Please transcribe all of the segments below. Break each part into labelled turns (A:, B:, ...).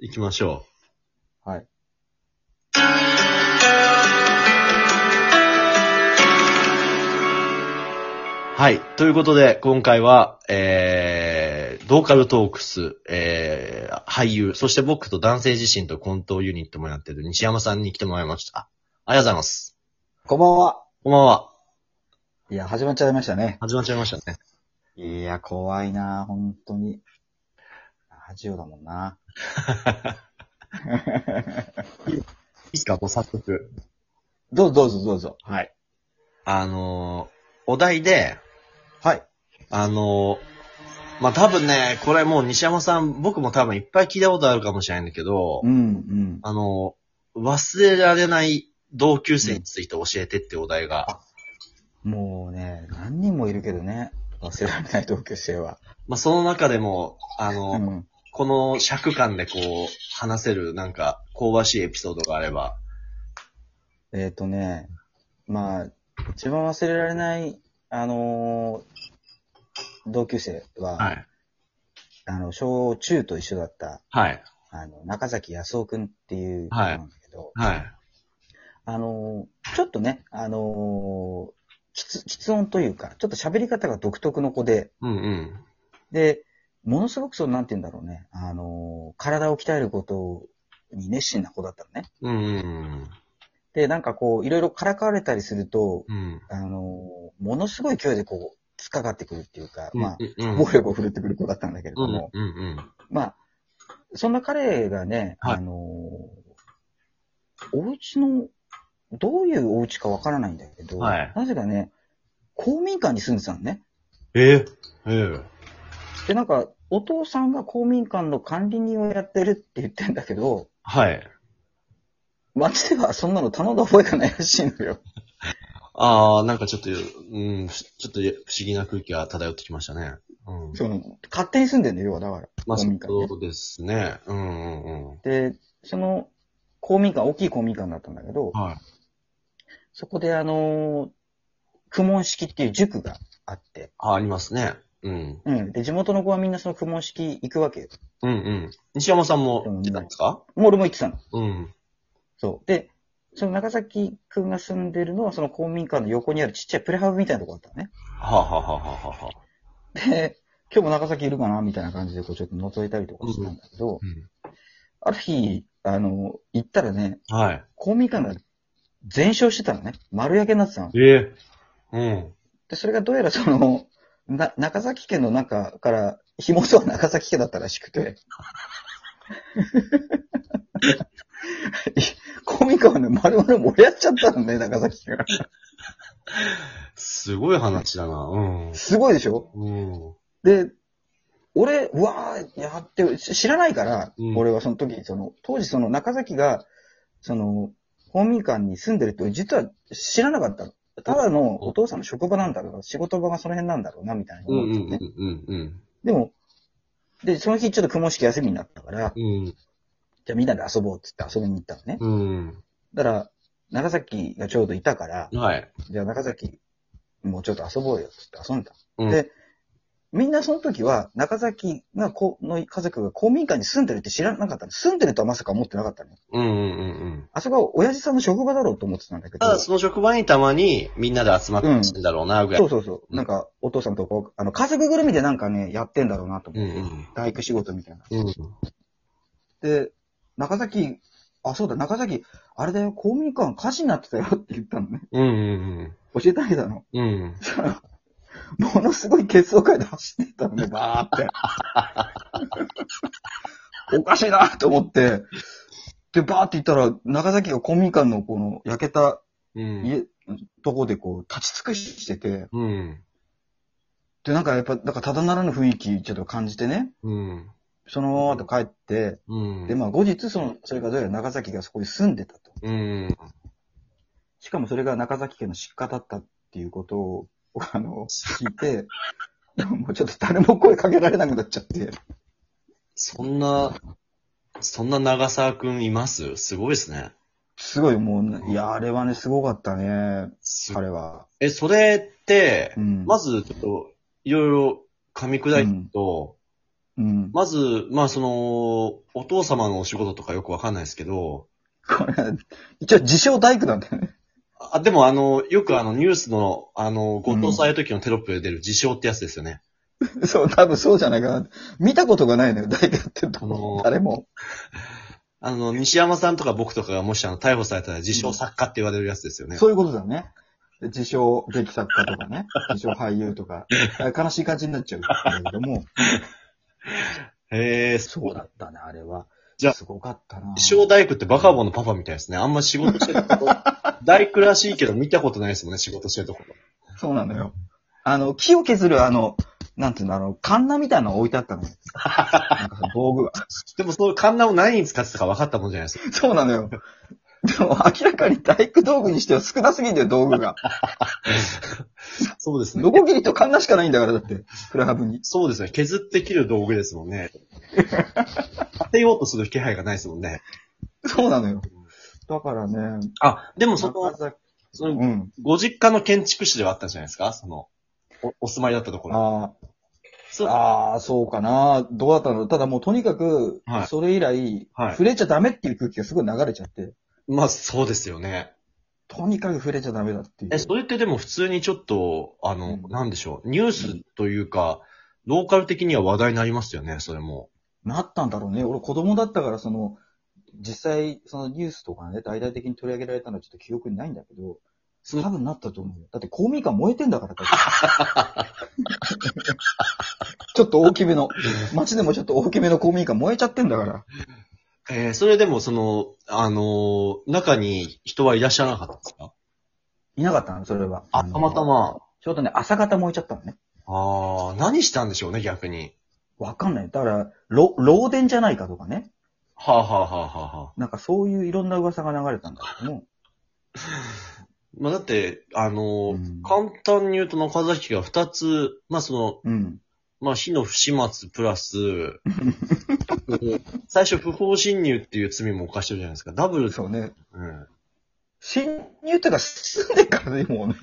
A: 行きましょ
B: はい。
A: う。はい。ということで、今回は、えー、ローカルトークス、えー、俳優、そして僕と男性自身とコントユニットもやってる西山さんに来てもらいました。あありがとうございます。
B: こんばんは。
A: こんばんは。
B: いや、始まっちゃいましたね。
A: 始まっちゃいましたね。
B: いや、怖いな本当に。ラジオだもんな
A: いつかもう早速。
B: どうぞどうぞどうぞ。はい。
A: あのー、お題で、
B: はい。
A: あのー、まあ、多分ね、これもう西山さん、僕も多分いっぱい聞いたことあるかもしれないんだけど、
B: うん、
A: あの、忘れられない同級生について教えてってお題が、
B: うん。もうね、何人もいるけどね。忘れられない同居生は。
A: まあ、その中でも、あの、
B: うん。
A: この尺感でこう、話せる、なんか、香ばしいエピソードがあれば、
B: えっ、とね、まあ、一番忘れられない、あのー同級生は、
A: はい。
B: あの、小中と一緒だった、
A: はい。
B: あの、中崎康夫くんっていう子
A: はい
B: なんだけど、
A: はい。
B: あのーちょっとね、あのーきつ、きつ音というか、ちょっと喋り方が独特の子で、
A: うんうん。
B: で、ものすごくその、なんて言うんだろうね、あのー体を鍛えることに熱心な子だったのね。
A: うんうん
B: で、なんかこう、いろいろからかわれたりすると、
A: うん。うん。
B: あのーものすごい勢いでこう、突っかかってくるっていうか、まあ、
A: うんうん
B: 暴力を振るってくる子だったんだけれ
A: う
B: ど
A: ん
B: も、
A: うんうん。
B: まあ、そんな彼がね、
A: はい
B: あのーお家の、どういうお家かわからないんだけど、
A: はい
B: なぜかね、公民館に住んでたのね。
A: えええ
B: で、なんか、お父さんが公民館の管理人をやってるって言ってんだけど、
A: はい。
B: 街ではそんなの頼んだ覚えがないらしいの よ。
A: ああ、なんかちょっと、うん、ふちょっと不思議な空気が漂ってきましたね。うん。
B: その、勝手に住んでんのよ、要はだから。
A: まあ、
B: 公
A: そ
B: 民館ね
A: うですね。うんうんうん。
B: で、その、公民館、大きい公民館だったんだけど、
A: はい。
B: そこであのー、苦門式っていう塾があって、
A: あ、ありますね。うん。
B: うん。で、地元の子はみんなその公文式行くわけよ。
A: うんうん。西山さんも行ってたんですか
B: もう俺も行ってたの。
A: うん。
B: そう。で、その長崎くんが住んでるのは、その公民館の横にあるちっちゃいプレハブみたいなとこだったのね。
A: はあ、はあはあはあはあ、
B: で、今日も長崎いるかなみたいな感じで、こうちょっと覗いたりとかしたんだけど、
A: う
B: ある日、あの、行ったらね、
A: ん。はい。
B: 公民館が全焼してたのね。丸焼けになってたの。
A: ええうん。
B: で、それがどうやらその、な、中崎県の中から、火元は中崎家だったらしくて。 公民館はね、丸々燃やっちゃったのね、中崎家が。
A: すごい話だな。うん。
B: すごいでしょ
A: うん。
B: で、俺、うわー、やって、し知らないから、
A: うん
B: 俺はその時、その、当時その中崎が、その、公民館に住んでるって、実は知らなかったの。ただのお父さんの職場なんだろう仕事場がその辺なんだろうな、みたいな
A: うん
B: 思ってたのね。
A: うんうん
B: でも、で、その日ちょっと雲式休みになったから、
A: うん。
B: じゃあみんなで遊ぼうって言って遊びに行ったのね。
A: うん。
B: だから、長崎がちょうどいたから
A: う、ん。はい。
B: じゃあ長崎もうちょっと遊ぼうよって言って遊んだ。
A: うん
B: で、みんなその時は、中崎がこ、の家族が公民館に住んでるって知らなかったの。住んでるとはまさか思ってなかったのよ。
A: うんうんうんうん。
B: あそこは親父さんの職場だろうと思ってたんだけど
A: た、だ、その職場にたまにみんなで集まってるんだろうな、ぐらい。
B: そうそうそう。なんか、お父さんとこ、あの、家族ぐるみでなんかね、やってんだろうなと思
A: うん
B: って。
A: うん。
B: 大工仕事みたいな。
A: うん。
B: で、中崎、あ、そうだ、中崎、あれだよ、公民館火事になってたよって言ったのね。
A: うんうん
B: 教えてあげたの。
A: うん。うん。
B: ものすごい血相会で走ってったの ね、バーって。おかしいなと思って、で、バーって行ったら、中崎が公民館のこの焼けた
A: うん。
B: 家、とこでこう、立ち尽くしてて、
A: うん。
B: で、なんかやっぱ、なんかただならぬ雰囲気ちょっと感じてね、
A: うん。
B: そのままと帰って、
A: うん。
B: で、まあ後日、その、それがどうやら長崎がそこに住んでたと。
A: うん。
B: しかもそれが中崎家の失火だったっていうことを、あの、聞いて、 もうちょっと誰も声かけられなくなっちゃって。
A: そんな、そんな長沢くんいますすごいですね。
B: すごいもう、いや、あれはね、すごかったね、
A: す
B: 彼は。
A: え、それって
B: う、ん。
A: ま
B: ず、
A: ず、ちょっと、いろいろ噛み砕いていくと、
B: うん。
A: まず、まあその、お父様のお仕事とかよくわかんないですけど、
B: これ、一応自称大工なんだよね。
A: あ、でもあの、よくあのニュースの、あの、ご当さんああいう時のテロップで出る自称ってやつですよね。
B: そう、多分そうじゃないかな。見たことがないのよ、大工やってるところ
A: あのー
B: 誰も。
A: あの、西山さんとか僕とかがもしあの、逮捕されたら自称作家って言われるやつですよね。
B: そういうことだね。自称劇作家とかね、自称俳優とか、 あ悲しい感じになっちゃうんだけども、
A: へえ、そ
B: そううだったね、あれは。
A: じゃあ
B: すごかったな。
A: 自称大工ってバカボンのパパみたいですね。あんま仕事してるとこ 大工らしいけど見たことないですもんね、仕事してるところ。
B: そうなのよ。あの、木を削る、あの、なんていうの、あの、カンナみたいなの置いてあったのよ。なんかその道具が。
A: でもそういうカンナを何に使ってたか分かったもんじゃないですか。
B: そうなのよ。でも、明らかに大工道具にしては少なすぎんだよ、道具が。
A: そうですね
B: ノ。コギリとカンナしかないんだから、だって、クラブに。
A: そうですね。削って切る道具ですもんね。当てようとする気配がないですもんね。
B: そうなのよ。だからね、
A: あ、でもその
B: 中、崎
A: その
B: うん。
A: ご実家の建築士ではあったじゃないですかその、おお住まいだったところ。
B: あ
A: そう
B: あー、そうかな。どうだったのただもうとにかく
A: はい、
B: それ以来、
A: はい
B: 触れちゃダメっていう空気がすごい流れちゃって、
A: まあ、そうですよね。
B: とにかく触れちゃダメだっていう。
A: え、それってでも普通にちょっと、あの、
B: うん
A: なんでしょう、ニュースというか、ローカル的には話題になりますよね、それも。
B: なったんだろうね。俺子供だったから、その、実際、そのニュースとかね、大々的に取り上げられたのはちょっと記憶にないんだけど、
A: そ
B: 多
A: の、
B: 分なったと思うよ。だって公民館燃えてんだから、 多分ちょっと大きめの、街でもちょっと大きめの公民館燃えちゃってんだから。
A: えーそれでもその、あのー中に人はいらっしゃらなかったんですか
B: いなかったの、それは。
A: あ、
B: の
A: たまた。ま。
B: ちょうどね、朝方燃えちゃったのね。
A: ああ、何したんでしょうね、逆に。
B: わかんない。だから、ろ漏電じゃないかとかね。
A: はあ、はあはあはあはあ、
B: なんかそういういろんな噂が流れたんだけども。
A: まあ、だって、あのー
B: うん
A: 簡単に言うと中崎が二つ、まあその、
B: うん。
A: まあ、火の不始末プラス、 最初不法侵入っていう罪も犯してるじゃないですか。ダブル、
B: そうね。
A: うん。
B: 侵入っていうか、住んでっからね、もうね。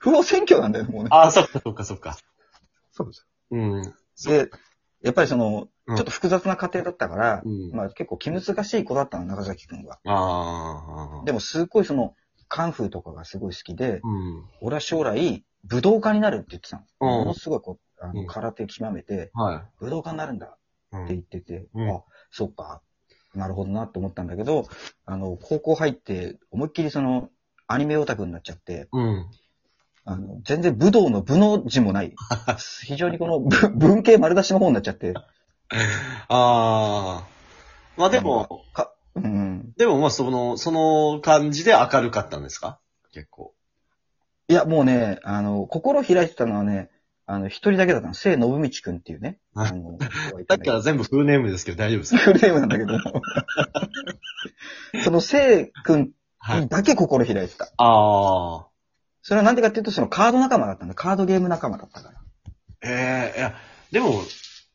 B: 不法占拠なんだよね、もうね。
A: ああ、そっかそっかそっか。
B: そうです。
A: うん。
B: で、やっぱりその、
A: うん
B: ちょっと複雑な家庭だったから、
A: うん
B: まあ結構気難しい子だったの、中崎くんは。
A: ああ。
B: で
A: も、
B: もすごいその、カンフーとかがすごい好きで、
A: うん。
B: 俺は将来、武道家になるって言ってたの。
A: うん
B: ものすごいこう、あ
A: う
B: の
A: ん
B: 空手極めて、
A: は
B: 武道家になるんだ
A: い。う
B: って言
A: ん。
B: ってて、
A: うん
B: あ、そっか、なるほどなって思ったんだけど、あの、高校入って、思いっきりその、アニメオタクになっちゃって、
A: うん。
B: あの、全然武道の武の字 もない。非常にこのぶ文系丸出しの方になっちゃって、
A: ああ。まあでも、
B: か、うん。
A: でもまあその、その感じで明るかったんですか結構。
B: いや、もうね、あの、心開いてたのはね、あの、一人だけだったの。聖信道くんっていうね。
A: はい
B: あ の、人がい
A: だった
B: たんだけど
A: ら全部フルネームですけど大丈夫ですか
B: フルネームなんだけど。その聖くん
A: はい。
B: だけ心開いてた。
A: ああ。
B: それはなんでかっていうと、そのカード仲間だったんだ。カードゲーム仲間だったから。
A: ええいや、でも、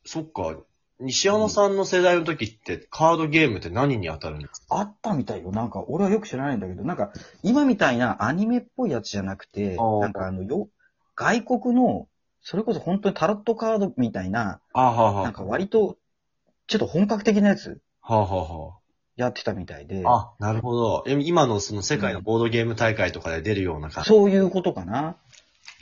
A: そっか。西山さんの世代の時って、カードゲームって何に当たるんですか
B: あったみたいよ。なんか、俺はよく知らないんだけど、なんか、今みたいなアニメっぽいやつじゃなくて、
A: あー
B: なんかあの、よ、外国の、それこそ本当にタロットカードみたいな、
A: あはあはあ。
B: なんか割と、ちょっと本格的なやつ
A: はあはあは
B: やってたみたいで、
A: あ。あ、なるほど。え今のその世界のボードゲーム大会とかで出るような感じ。
B: そういうことかな。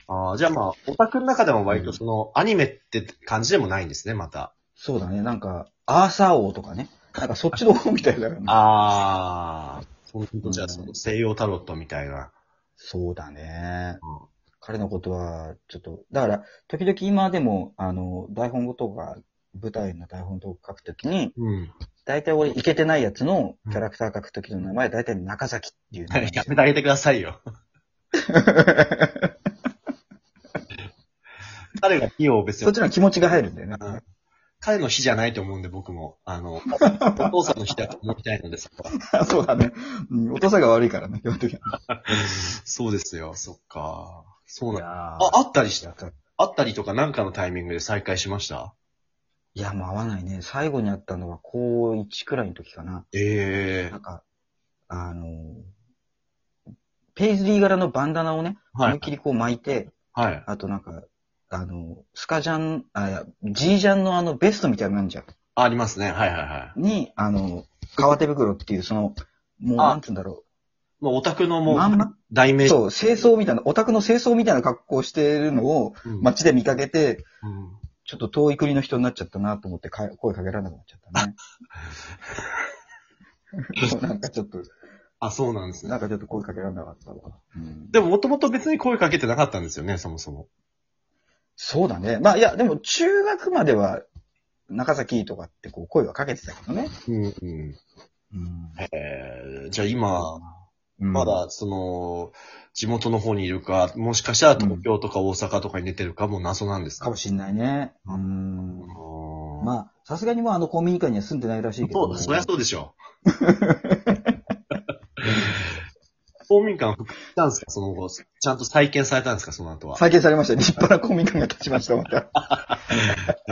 A: ああ、じゃあまあ、オタクの中でも割とその、アニメって感じでもないんですね、また。
B: そうだね。なんか、アーサー王とかね。なんかそっちの方みたいだよね。
A: ああ、本当じゃあその西洋タロットみたいな。
B: そうだね。
A: うん
B: 彼のことは、ちょっと、だから、時々今でも、あの、台本とか、舞台の台本とか書くときに、
A: うん。
B: 大体俺、いけてないやつのキャラクター書くときの名前、大体中崎っていう名前に
A: や
B: して
A: め
B: る。
A: てあげてください よ。彼が火を別
B: そっ
A: に、
B: ちの気持ちが入るんだよね。
A: うん彼の火じゃないと思うんで僕も、あ の、お父さんの火だと思いたいのですが。
B: そうだね。うん、お父さんが悪いからね、基本的には。
A: そうですよ、そっか。そうなんだ。
B: あ
A: あ、あったりした。
B: あ
A: あったりとかなんかのタイミングで再開しました
B: いや、もう合わないね。最後に会ったのは、高1くらいの時かな。
A: ええ
B: なんか、あの、ペイズリー柄のバンダナをね、
A: は
B: 思いっ
A: い。
B: きりこう巻いて、
A: はい。
B: あとなんか、あの、スカジャン、あ、いやジージャンのあのベストみたいなのあるじゃん。
A: ありますね。はいはいはい。
B: に、あの、革手袋っていう、その、もう、
A: あ
B: なんつうんだろ
A: もうオタクの
B: う。
A: も
B: まん
A: う、
B: ま、
A: 代名詞。
B: そう、清掃みたいな、オタクの清掃みたいな格好をしてるのを
A: うん
B: 街で見かけて、
A: うん
B: ちょっと遠い国の人になっちゃったなと思ってか声かけられなくなっちゃったね。 そうなんかちょっと、
A: あ、そうなんですね。
B: なんかちょっと声かけられなかったわ。うん
A: でも、もともと別に声かけてなかったんですよね、そもそも。
B: そうだね。まあいや、でも中学までは、中崎とかってこう声はかけてたけどね。
A: うん、うん。えー、じゃあ今、
B: うん
A: まだ、その、地元の方にいるか、もしかしたら東京とか大阪とかに出てるかも謎なんです
B: か
A: か、
B: もしんないね。うん。ま
A: あ
B: あ、さすがにもうあの公民館には住んでないらしい
A: ー
B: け
A: そ
B: ど。
A: う、そりゃそう でしょう。公民館復帰したんですかその後、ちゃんと再建されたんですかその後は。
B: 再建されました。立派な公民館が立ちました、また。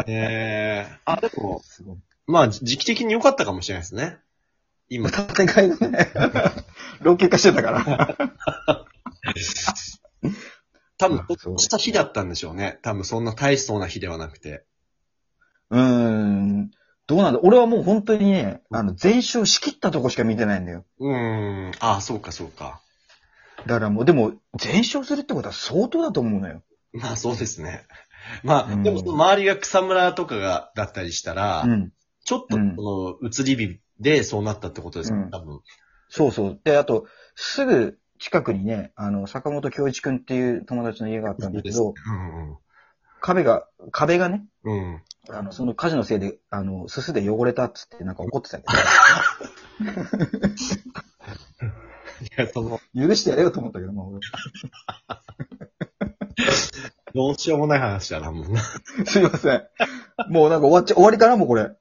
A: えー、あ、でも、
B: すごい。
A: まあ、時期的に良かったかもしれないですね。今、
B: 建て替えがね、 老朽化してたから。
A: 多分、ちょっとした日だったんでしょうね。多分、そんな大しそうな日ではなくて。
B: うーん。どうなんだ俺はもう本当にね、あの、全焼しきったとこしか見てないんだよ。
A: うーん。あ、そうか、そうか。
B: だからもう、でも、全焼するってことは相当だと思うのよ。
A: まあ、そうですね。まあ、
B: うん
A: でも、その周りが草むらとかが、だったりしたら、
B: うん。
A: ちょっと、
B: うん
A: この、移り火でそうなったってことですよ、
B: うん
A: 多分。
B: そうそう。で、あと、すぐ近くにね、あの、坂本京一くんっていう友達の家があったんだけど、壁が、壁がね、
A: うんうん。うん。
B: あの、その火事のせいで、あの、すすで汚れたっつってなんか怒ってたけ
A: いや、その、
B: ど、許してやれよと思ったけど、まあ俺。
A: どうしようもない話だな、もうな。
B: すいません。もうなんか終わっちゃ、終わりかなもうこれ。